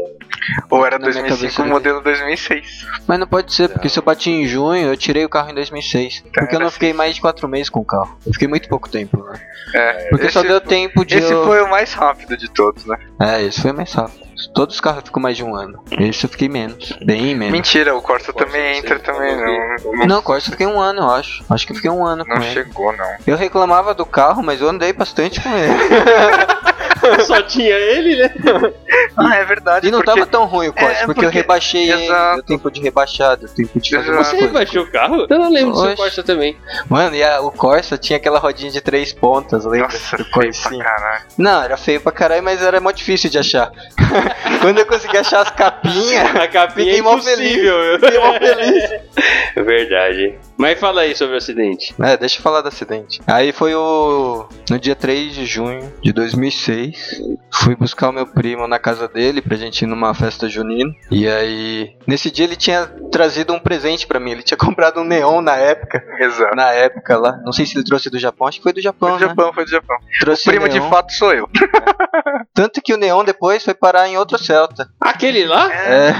Speaker 1: Ou era
Speaker 2: na minha
Speaker 1: 2005,
Speaker 2: cabeça
Speaker 1: o
Speaker 2: era
Speaker 1: modelo 2006.
Speaker 2: Mas não pode ser, porque se eu bati em junho, eu tirei o carro em 2006. Porque eu não fiquei mais de 4 meses com o carro. Eu fiquei muito pouco tempo, né?
Speaker 1: É,
Speaker 2: Porque só
Speaker 1: esse-
Speaker 2: deu tempo de.
Speaker 1: Esse
Speaker 2: eu...
Speaker 1: foi o mais rápido de todos, né?
Speaker 2: É, esse foi mais rápido. Todos os carros ficam mais de um ano. Esse eu fiquei menos. Bem menos.
Speaker 1: Mentira, o Corsa,
Speaker 3: Corsa, não
Speaker 1: também
Speaker 3: sei,
Speaker 1: entra
Speaker 3: não
Speaker 1: também,
Speaker 3: sei.
Speaker 1: não. Não,
Speaker 2: Não, Corsa eu fiquei um ano, eu acho. Acho que eu fiquei um ano
Speaker 1: não
Speaker 2: com ele.
Speaker 1: chegou, não.
Speaker 2: Eu reclamava do carro, mas eu andei bastante com ele.
Speaker 3: Só tinha ele, né?
Speaker 1: Ah, é verdade.
Speaker 2: E não
Speaker 1: porque...
Speaker 2: tava tão ruim o Corsa,
Speaker 1: É,
Speaker 2: porque, eu
Speaker 1: porque-
Speaker 2: rebaixei ele.
Speaker 1: Exato.
Speaker 2: Deu tempo de rebaixar, deu tempo de fazer umas
Speaker 1: Exato.
Speaker 3: Você
Speaker 2: coisas.
Speaker 3: baixou o carro? Eu não lembro do seu
Speaker 2: Ah, Oxe.
Speaker 3: Corsa também.
Speaker 2: Mano, e a- o Corsa tinha aquela rodinha de três pontas, lembra?
Speaker 1: Nossa,
Speaker 2: Do
Speaker 1: feio pra
Speaker 2: Corsinha.
Speaker 1: Ah, caralho.
Speaker 2: Não, era feio pra caralho, mas era mó difícil de achar. Quando eu consegui achar as capinhas,
Speaker 3: A capinha é
Speaker 2: Fiquei mó
Speaker 3: impossível.
Speaker 2: fiquei mó feliz.
Speaker 3: Verdade. Mas fala aí sobre o acidente.
Speaker 2: É, deixa eu falar do acidente. Aí foi o. No dia 3 de junho de 2006. Fui buscar o meu primo na casa dele pra gente ir numa festa junina. E aí. Nesse dia ele tinha trazido um presente pra mim. Ele tinha comprado um neon na época.
Speaker 1: Exato.
Speaker 2: Na época lá. Não sei se ele trouxe do Japão, acho que foi do Japão.
Speaker 1: Foi do
Speaker 2: né?
Speaker 1: Japão, foi do Japão.
Speaker 2: Trouxe
Speaker 1: Primo
Speaker 2: o
Speaker 1: de
Speaker 2: neon.
Speaker 1: fato sou eu.
Speaker 2: Tanto que o neon depois foi parar em outro Celta.
Speaker 3: Aquele lá?
Speaker 2: É.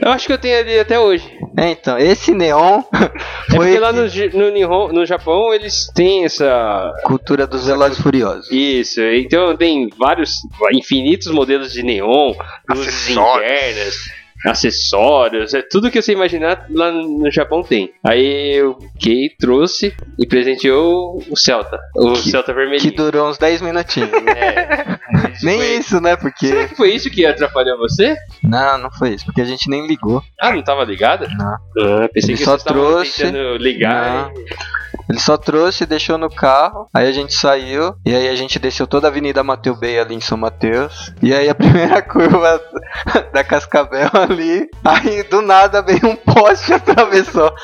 Speaker 3: Eu acho que eu tenho ele até hoje.
Speaker 2: É, então, esse neon
Speaker 3: É
Speaker 2: foi
Speaker 3: porque lá no, Ji- no, Nihon- no Japão eles têm essa
Speaker 2: cultura dos Velozes e Furiosos.
Speaker 3: Isso, então tem vários, infinitos modelos de neon, luzes
Speaker 1: Acessórios.
Speaker 3: internas, acessórios, é tudo que você imaginar lá no Japão tem. Aí o Kei trouxe e presenteou o Celta, o
Speaker 2: Que-
Speaker 3: Celta
Speaker 2: Que
Speaker 3: vermelhinho.
Speaker 2: durou uns 10 minutinhos. né?
Speaker 3: É. Foi-
Speaker 2: Nem isso, né?
Speaker 3: Será
Speaker 2: Porque.
Speaker 3: que foi isso que atrapalhou você?
Speaker 2: Não, não foi isso. Porque a gente nem ligou.
Speaker 3: Ah, não tava ligado? Não. Ah, pensei
Speaker 2: Ele
Speaker 3: que
Speaker 2: só
Speaker 3: você tava
Speaker 2: trouxe-
Speaker 3: tentando ligar.
Speaker 2: Não. Ele só trouxe, deixou no carro, aí a gente saiu, e aí a gente desceu toda a Avenida Mateu Bey ali em São Mateus, e aí a primeira curva da Cascavel ali, aí do nada veio um poste e atravessou.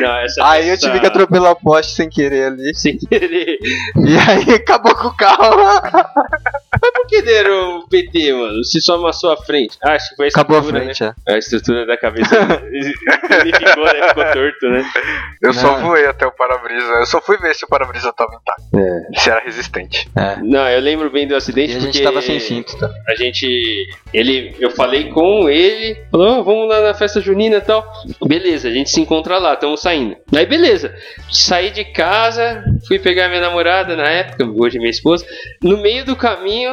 Speaker 3: Não, essa,
Speaker 2: Aí eu
Speaker 3: essa-
Speaker 2: tive que atropelar o poste sem querer ali,
Speaker 3: Sem querer.
Speaker 2: e aí acabou com o carro.
Speaker 3: Por que deram o PT, mano? Se só amassou a frente. Ah, acho que foi a
Speaker 2: Acabou a
Speaker 3: estrutura,
Speaker 2: frente, é.
Speaker 3: né? A estrutura da cabeça. Ele ficou, né? Ficou torto, né?
Speaker 1: Eu só
Speaker 2: Não.
Speaker 1: voei até o para-brisa. Eu só fui ver se o para-brisa tava intacto. Se era resistente.
Speaker 2: é.
Speaker 3: Não, eu lembro bem do
Speaker 2: E
Speaker 3: acidente
Speaker 2: a
Speaker 3: porque...
Speaker 2: gente tava sem cinto, tá?
Speaker 3: a gente. Ele, eu falei com ele, falou, "Ô, vamos lá na festa junina e tal. Beleza, a gente se encontra lá, estamos saindo. Aí beleza. Saí de casa, fui pegar minha namorada na época, hoje minha esposa. No meio do caminho,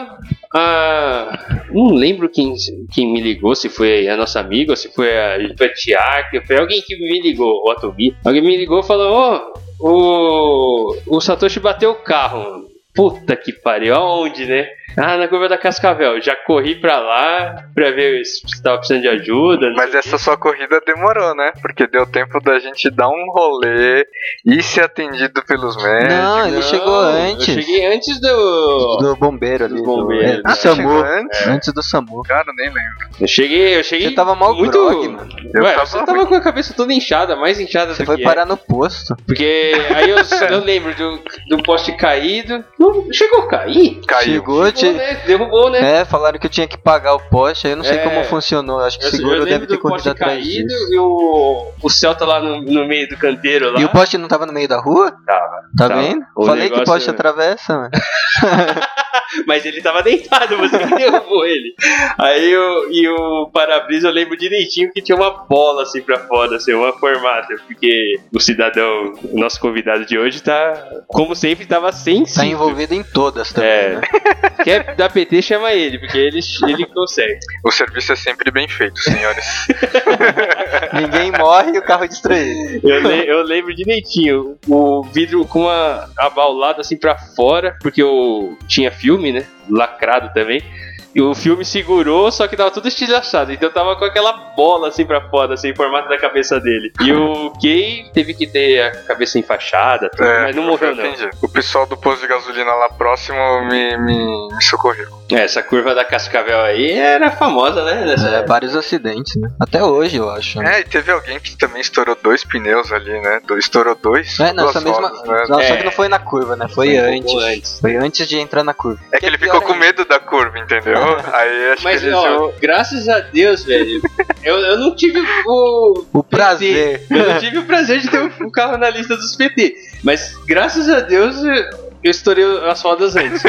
Speaker 3: a. Não lembro quem, quem me ligou, se foi a nossa amiga, ou se foi a, foi a Tiago, foi alguém que me ligou, o Atobi. Alguém me ligou e falou, ô. o, o Satoshi bateu o carro, mano. Puta que pariu, aonde, né? Ah, na curva da Cascavel. Já corri pra lá pra ver se tava precisando de ajuda. não
Speaker 1: Mas
Speaker 3: sei o
Speaker 1: essa sua corrida demorou, né? Porque deu tempo da gente dar um rolê e ser atendido pelos médicos.
Speaker 2: Não,
Speaker 3: quê.
Speaker 2: Ah, ele
Speaker 3: Não,
Speaker 2: chegou antes.
Speaker 3: É, Eu cheguei antes do.
Speaker 2: Do bombeiro ali.
Speaker 3: Do bombeiro,
Speaker 2: é, do
Speaker 3: né?
Speaker 1: chegou
Speaker 2: SAMU.
Speaker 1: antes,
Speaker 2: Antes do SAMU.
Speaker 1: cara, nem lembro.
Speaker 3: Eu cheguei, eu cheguei.
Speaker 2: Você tava mal
Speaker 3: muito.
Speaker 2: grog, mano.
Speaker 1: Eu
Speaker 3: Ué,
Speaker 1: tava
Speaker 3: você tava com a cabeça toda inchada, mais inchada
Speaker 2: Você
Speaker 3: do
Speaker 2: foi
Speaker 3: que é.
Speaker 2: parar no posto.
Speaker 3: Porque aí eu, eu lembro do, do poste caído. Não, chegou a cair?
Speaker 1: Caiu.
Speaker 2: Chegou, te...
Speaker 3: Derrubou, né? Derrubou, né?
Speaker 2: É, falaram que eu tinha que pagar o poste, aí eu não sei
Speaker 3: É.
Speaker 2: como funcionou. Acho que
Speaker 3: Eu,
Speaker 2: o
Speaker 3: eu
Speaker 2: seguro
Speaker 3: lembro
Speaker 2: deve ter
Speaker 3: do
Speaker 2: corrido
Speaker 3: poste
Speaker 2: atrás
Speaker 3: caído
Speaker 2: disso.
Speaker 3: e o, o Celta lá no, no meio do canteiro lá.
Speaker 2: E o poste não tava no meio da rua?
Speaker 3: Tava.
Speaker 2: Tá
Speaker 3: Tava.
Speaker 2: vendo?
Speaker 3: O
Speaker 2: Falei que
Speaker 3: negócio- é-
Speaker 2: o poste atravessa, mano.
Speaker 3: Mas ele tava deitado, você que derrubou ele. Aí eu, e o para-brisa eu lembro direitinho que tinha uma bola assim pra fora, assim, uma formata. Porque o cidadão, o nosso convidado de hoje, tá, como sempre, tava sem
Speaker 2: Tá
Speaker 3: cinto.
Speaker 2: envolvido em todas também.
Speaker 3: É.
Speaker 2: né?
Speaker 3: Quer dar PT, chama ele, porque ele, ele consegue.
Speaker 1: O serviço é sempre bem feito, senhores.
Speaker 2: Ninguém morre e o carro é distraído.
Speaker 3: Eu, le- eu lembro direitinho. O vidro com uma abaulada assim pra fora, porque eu tinha filme, né? Lacrado também. E o filme segurou, só que tava tudo estilhaçado. Então tava com aquela bola assim pra fora, assim, em formato da cabeça dele. E o Kay teve que ter a cabeça enfaixada, tudo,
Speaker 1: É,
Speaker 3: mas não
Speaker 1: eu
Speaker 3: morreu, não.
Speaker 1: entendi. O pessoal do posto de gasolina lá próximo me, me, me socorreu.
Speaker 3: É, Essa curva da Cascavel aí era famosa, né? Nessa
Speaker 2: É, vários acidentes, né? Até hoje, eu acho. né?
Speaker 1: É, e teve alguém que também estourou dois pneus ali, né? Do- Estourou dois.
Speaker 2: É, nessa
Speaker 1: duas
Speaker 2: mesma.
Speaker 1: rodas, né?
Speaker 2: Não, Só
Speaker 3: É.
Speaker 2: que não foi na curva, né? Foi,
Speaker 3: Foi um pouco
Speaker 2: antes.
Speaker 3: antes.
Speaker 2: Foi antes de entrar na curva.
Speaker 1: É que ele ficou com medo da curva, entendeu? Aí acho
Speaker 3: Mas,
Speaker 1: que ele
Speaker 3: ó, graças a Deus, velho, eu, eu não tive o,
Speaker 2: O prazer.
Speaker 3: Eu não tive o prazer de ter um carro na lista dos PT. Mas graças a Deus eu estourei as rodas antes.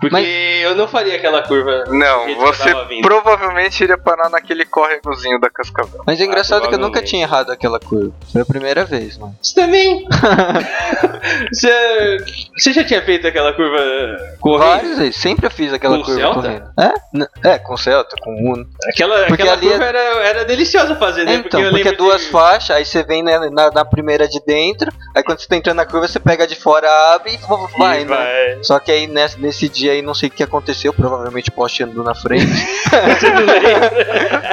Speaker 3: Porque
Speaker 2: Mas-
Speaker 3: eu não faria aquela curva.
Speaker 1: Não,
Speaker 3: Ele
Speaker 1: você
Speaker 3: tava vindo.
Speaker 1: provavelmente iria parar naquele córregozinho da Cascavel.
Speaker 2: Mas é engraçado que eu nunca
Speaker 3: Ah, provavelmente.
Speaker 2: tinha errado aquela curva. Foi a primeira vez, mano.
Speaker 3: Isso também! você, você já tinha feito aquela curva correndo?
Speaker 2: Várias vezes, sempre eu fiz aquela
Speaker 3: Com
Speaker 2: curva
Speaker 3: Celta?
Speaker 2: correndo. É? N- É, com Celta, com Uno.
Speaker 3: Aquela,
Speaker 2: Porque
Speaker 3: aquela
Speaker 2: ali é-
Speaker 3: curva era, era deliciosa fazer, né?
Speaker 2: então,
Speaker 3: eu
Speaker 2: porque é
Speaker 3: lembro
Speaker 2: duas
Speaker 3: de-
Speaker 2: faixas, aí você vem na, na- na primeira de dentro, aí quando você tá entrando na curva, você pega de fora, abre e vo-
Speaker 3: e
Speaker 2: vai, né?
Speaker 3: vai.
Speaker 2: Só que aí nesse, nesse dia aí não sei o que aconteceu, provavelmente o poste andou na frente.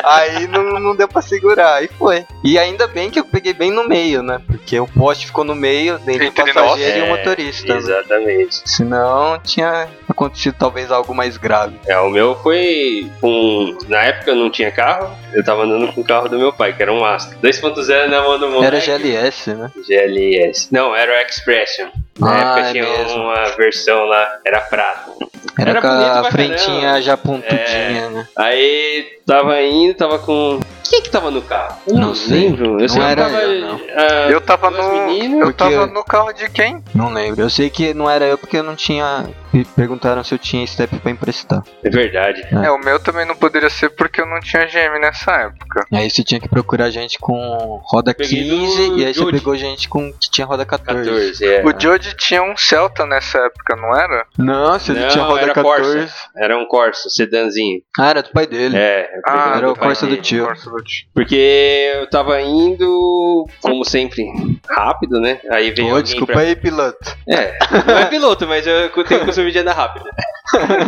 Speaker 2: aí não, não deu pra segurar, aí foi. E ainda bem que eu peguei bem no meio, né? Porque o poste ficou no meio, entre o
Speaker 1: Entre nós.
Speaker 2: passageiro e o
Speaker 3: É,
Speaker 2: motorista. né?
Speaker 3: Exatamente.
Speaker 2: Senão tinha acontecido talvez algo mais grave.
Speaker 3: É, o meu foi com. Na época eu não tinha carro, eu tava andando com o carro do meu pai, que era um Astra. 2.0 na mão do moleque.
Speaker 2: Era GLS, né?
Speaker 3: GLS. Não, era o Expression. Na
Speaker 2: Ah,
Speaker 3: época
Speaker 2: é
Speaker 3: tinha
Speaker 2: mesmo.
Speaker 3: uma versão lá, era prata.
Speaker 2: Era,
Speaker 3: Era
Speaker 2: com
Speaker 3: bonito pra
Speaker 2: a
Speaker 3: caramba.
Speaker 2: frentinha já pontudinha,
Speaker 3: É.
Speaker 2: né?
Speaker 3: Aí tava indo, tava com. Quem é que tava no carro? Eu
Speaker 2: Não sei.
Speaker 3: lembro. Eu
Speaker 2: Não
Speaker 3: sei que
Speaker 2: era
Speaker 3: tava,
Speaker 2: eu, não.
Speaker 3: ah,
Speaker 1: Eu tava
Speaker 3: duas
Speaker 1: no.
Speaker 3: meninas.
Speaker 1: Eu tava
Speaker 2: Porque-
Speaker 1: no carro de quem?
Speaker 2: Não lembro. Eu sei que não era eu porque eu não tinha. Me perguntaram se eu tinha step pra emprestar.
Speaker 3: É verdade.
Speaker 2: É.
Speaker 1: É, o meu também não poderia ser porque eu não tinha GM nessa época.
Speaker 2: E aí você tinha que procurar gente com roda
Speaker 3: Tá. Peguei
Speaker 2: 15
Speaker 3: do
Speaker 2: e aí você
Speaker 3: Jude.
Speaker 2: pegou gente com que tinha roda 14.
Speaker 3: 14, é.
Speaker 1: O Jody tinha um Celta nessa época, não era?
Speaker 2: Não, se ele
Speaker 3: Não,
Speaker 2: tinha roda
Speaker 3: era
Speaker 2: 2014.
Speaker 3: Corsa. Era um Corsa, sedanzinho.
Speaker 2: Ah, era do pai dele.
Speaker 3: É,
Speaker 1: Ah,
Speaker 3: era
Speaker 2: era
Speaker 3: do
Speaker 2: o
Speaker 3: pai
Speaker 2: Corsa do
Speaker 3: dele.
Speaker 2: tio.
Speaker 1: Força do tio.
Speaker 3: Porque eu tava indo, como sempre, rápido, né? Aí veio
Speaker 2: Ô,
Speaker 3: alguém
Speaker 2: desculpa
Speaker 3: pra...
Speaker 2: aí, piloto.
Speaker 3: É, não é piloto, mas eu tenho costume de andar rápido.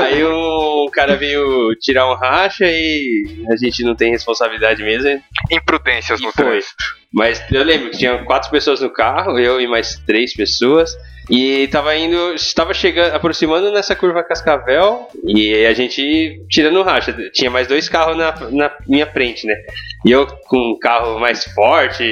Speaker 3: Aí um cara veio tirar um racha e a gente não tem responsabilidade mesmo.
Speaker 1: Imprudências
Speaker 3: E
Speaker 1: no
Speaker 3: foi.
Speaker 1: trânsito.
Speaker 3: Mas eu lembro que tinha quatro pessoas no carro, eu e mais três pessoas. E tava indo, estava chegando, aproximando nessa curva Cascavel e a gente tirando racha. Tinha mais dois carros na, na minha frente, né? E eu com um carro mais forte,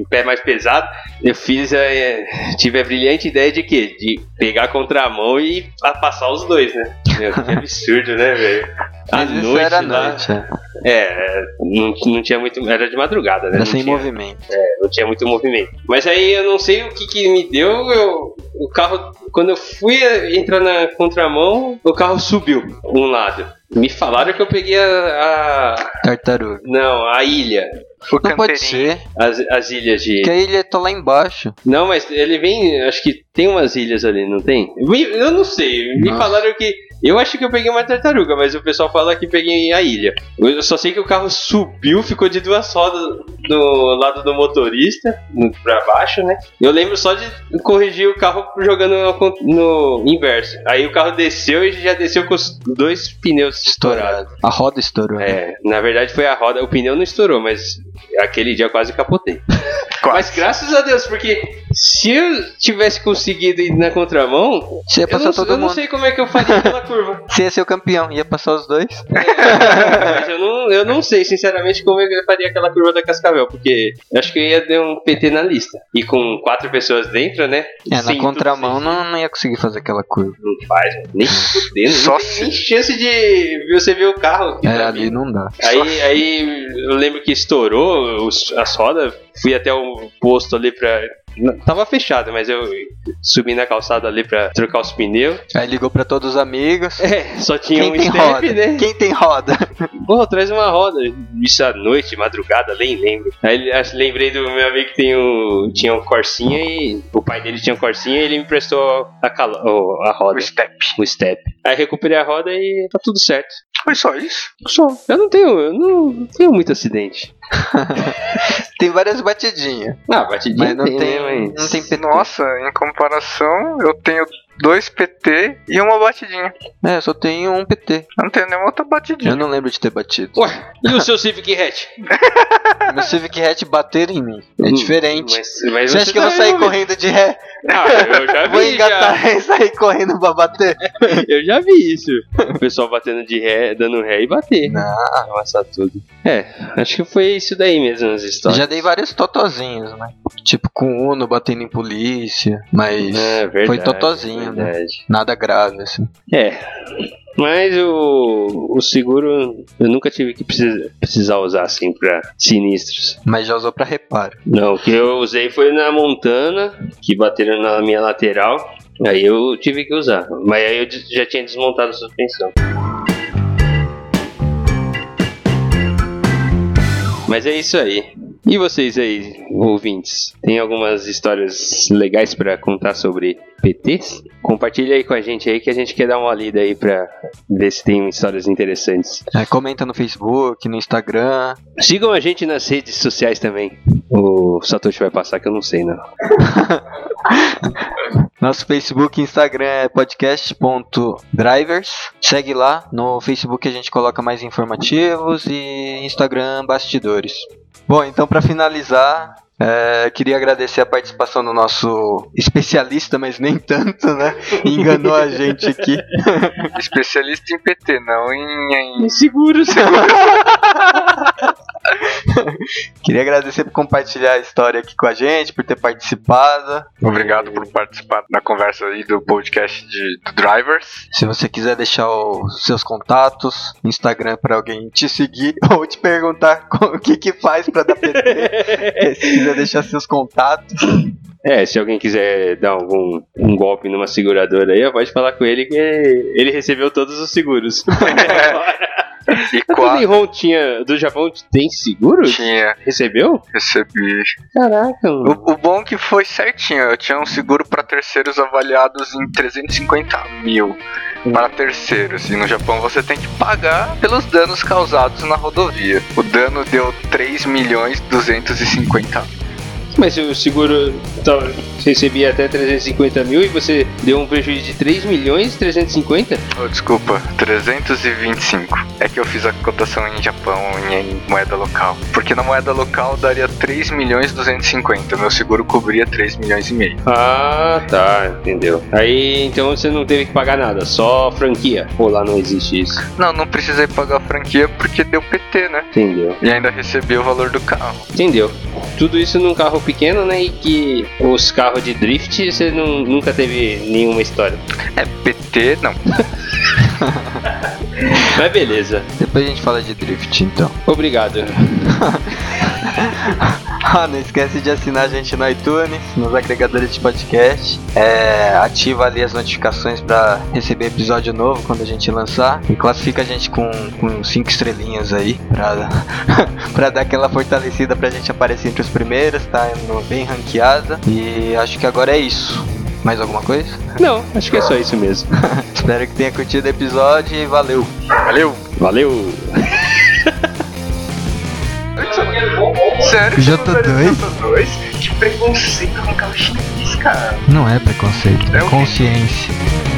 Speaker 3: um pé mais pesado, eu fiz a, eh, tive a brilhante ideia de quê? De pegar a contramão e a- passar os dois, né? Meu, que absurdo, né, velho? À
Speaker 2: Mas isso era à
Speaker 3: lá-
Speaker 2: noite. é.
Speaker 3: É, não, não tinha muito. Era de madrugada, né?
Speaker 2: Era
Speaker 3: Não
Speaker 2: sem
Speaker 3: tinha-
Speaker 2: movimento.
Speaker 3: não tinha muito movimento. Mas aí eu não sei o que, que me deu, eu- o carro, quando eu fui entrar na contramão, o carro subiu um lado. Me falaram que eu peguei a. a-
Speaker 2: Tartaruga.
Speaker 3: não, a ilha.
Speaker 1: Foi
Speaker 2: Não pode
Speaker 1: canteirinho.
Speaker 2: ser,
Speaker 3: As, as ilhas de.
Speaker 2: porque a ilha tá lá embaixo.
Speaker 3: Não, mas ele vem. Acho que tem umas ilhas ali, não tem? Me- Eu não sei. Me
Speaker 2: Nossa.
Speaker 3: falaram que. Eu acho que eu peguei uma tartaruga, mas o pessoal fala que peguei a ilha. Eu só sei que o carro subiu, ficou de duas rodas do lado do motorista, no- pra baixo, né? Eu lembro só de corrigir o carro jogando no, con- no inverso. Aí o carro desceu e já desceu com os dois pneus estourados.
Speaker 2: Estourado. A roda estourou. né?
Speaker 3: É, na verdade foi a roda, o pneu não estourou, mas aquele dia eu quase capotei.
Speaker 1: Quase.
Speaker 3: Mas graças a Deus, porque se eu tivesse conseguido ir na contramão,
Speaker 2: Você ia
Speaker 3: eu
Speaker 2: passar
Speaker 3: não,
Speaker 2: todo
Speaker 3: eu não
Speaker 2: mundo.
Speaker 3: sei como é que eu faria pela curva.
Speaker 2: Você ia ser o campeão, ia passar os dois.
Speaker 3: Mas eu não, eu não sei, sinceramente, como é eu faria aquela curva da Cascavel, porque eu acho que eu ia dar um PT na lista. E com quatro pessoas dentro, né?
Speaker 2: É, na
Speaker 3: Sim,
Speaker 2: contramão
Speaker 3: tudo
Speaker 2: não, não ia conseguir fazer aquela curva.
Speaker 3: Não faz, nem fudendo,
Speaker 1: Só
Speaker 3: não tem
Speaker 1: se-
Speaker 3: nem chance de você ver o carro. que
Speaker 2: É,
Speaker 3: tá
Speaker 2: ali não dá.
Speaker 3: Aí, aí eu lembro que estourou os- as rodas, fui até o posto ali pra. n- Tava fechado, mas eu subi na calçada ali pra trocar os pneus.
Speaker 2: Aí ligou pra todos os amigos.
Speaker 3: É, só tinha
Speaker 2: Quem
Speaker 3: um
Speaker 2: tem
Speaker 3: step,
Speaker 2: roda?
Speaker 3: né?
Speaker 2: Quem tem roda?
Speaker 3: Pô, traz uma roda. Isso à noite, madrugada, nem lembro. Aí acho- lembrei do meu amigo que tem um, tinha um Corsinha e o pai dele tinha um Corsinha e ele me emprestou a, cala- o- a roda,
Speaker 1: O step.
Speaker 3: o step. Aí recuperei a roda e tá tudo certo.
Speaker 1: Foi só isso?
Speaker 3: Só. Eu não tenho, eu não não tenho muito acidente.
Speaker 2: Tem várias batidinhas.
Speaker 3: Ah, batidinha
Speaker 2: Mas não
Speaker 3: tem,
Speaker 2: tem,
Speaker 3: né, mas-
Speaker 2: não tem PT.
Speaker 1: Nossa, em comparação, eu tenho dois PT e uma batidinha.
Speaker 2: É, eu só tenho um PT.
Speaker 1: Eu não tenho nenhuma outra batidinha.
Speaker 2: Eu não lembro de ter batido.
Speaker 3: Ué, e o seu Civic Hatch?
Speaker 2: Meu Civic Hatch bater em mim. É
Speaker 3: Hum,
Speaker 2: diferente.
Speaker 3: Mas, mas
Speaker 2: Você acha que eu vou
Speaker 3: tá
Speaker 2: sair
Speaker 3: envolvido.
Speaker 2: correndo de ré?
Speaker 3: Ah, eu já
Speaker 2: Vou
Speaker 3: vi, já.
Speaker 2: engatar e sair correndo pra bater?
Speaker 3: Eu já vi isso. O pessoal batendo de ré, dando ré e bater.
Speaker 2: Não.
Speaker 3: Nossa, tudo. É, acho que foi isso daí mesmo as histórias.
Speaker 2: Já dei vários totozinhos, né? Tipo, com Uno batendo em polícia. Mas
Speaker 3: É, verdade,
Speaker 2: foi totozinho, né?
Speaker 3: verdade.
Speaker 2: nada grave, assim.
Speaker 3: É. Mas o, o seguro eu nunca tive que precisa- precisar usar assim pra sinistros.
Speaker 2: Mas já usou pra reparo.
Speaker 3: Não, o que eu usei foi na Montana, que bateram na minha lateral. Aí eu tive que usar. Mas aí eu des- já tinha desmontado a suspensão. Mas é isso aí. E vocês aí, ouvintes? Tem algumas histórias legais pra contar sobre PTs? Compartilha aí com a gente aí que a gente quer dar uma lida aí pra ver se tem histórias interessantes.
Speaker 2: É, comenta no Facebook, no Instagram.
Speaker 3: Sigam a gente nas redes sociais também. O Satoshi vai passar que eu não sei, né? não.
Speaker 2: Nosso Facebook e Instagram é podcast.drivers. Segue lá. No Facebook a gente coloca mais informativos e Instagram bastidores. Bom, então pra finalizar, é, queria agradecer a participação do nosso especialista, mas nem tanto, né? Enganou a gente aqui.
Speaker 1: Especialista em PT, não em. em...
Speaker 3: Seguros.
Speaker 2: Queria agradecer por compartilhar a história aqui com a gente, por ter participado.
Speaker 1: Obrigado por participar da conversa aí do podcast de, do Drivers.
Speaker 2: Se você quiser deixar os seus contatos, Instagram pra alguém te seguir ou te perguntar co- o que que faz pra dar PT, se quiser deixar seus contatos,
Speaker 3: É, se alguém quiser dar algum um golpe numa seguradora aí, pode falar com ele que ele recebeu todos os seguros.
Speaker 1: E
Speaker 3: Quase
Speaker 1: quatro
Speaker 3: Honda tinha do Japão tem seguro?
Speaker 1: tinha,
Speaker 3: Recebeu?
Speaker 1: recebi.
Speaker 3: Caraca. mano.
Speaker 1: O, o bom é que foi certinho, eu tinha um seguro pra terceiros avaliados em 350 mil. para terceiros. E no Japão você tem que pagar pelos danos causados na rodovia. O dano deu 3 milhões 250
Speaker 3: Mas se o seguro tá, recebia até 350 mil e você deu um prejuízo de 3 milhões e 350?
Speaker 1: Oh, desculpa, 325. É que eu fiz a cotação em Japão em moeda local. Porque na moeda local daria 3 milhões 250. Meu seguro cobria 3 milhões e meio.
Speaker 3: Ah, tá, entendeu. Aí então você não teve que pagar nada, só franquia. Pô, lá não existe isso.
Speaker 1: Não, não precisei pagar a franquia porque deu PT, né?
Speaker 3: Entendeu?
Speaker 1: E ainda recebi o valor do carro.
Speaker 3: Entendeu? Tudo isso num carro pequeno, né? E que os carros de drift você não- nunca teve nenhuma história.
Speaker 1: É PT, não.
Speaker 3: Mas beleza.
Speaker 2: Depois a gente fala de drift, então.
Speaker 3: Obrigado.
Speaker 2: Ah, não esquece de assinar a gente no iTunes, nos agregadores de podcast. É, ativa ali as notificações pra receber episódio novo quando a gente lançar. E classifica a gente com, com cinco estrelinhas aí pra, pra dar aquela fortalecida pra gente aparecer entre os primeiros, tá no- bem ranqueada. E acho que agora é isso. Mais alguma coisa?
Speaker 3: Não, acho que é só isso mesmo.
Speaker 2: Espero que tenha curtido o episódio e valeu!
Speaker 1: Valeu!
Speaker 3: Valeu!
Speaker 1: Sério?
Speaker 2: Jota
Speaker 1: Sério,
Speaker 2: dois?
Speaker 1: Jota dois? Que preconceito com o carro chinês, cara.
Speaker 2: Não é preconceito,
Speaker 1: É o quê?
Speaker 2: consciência.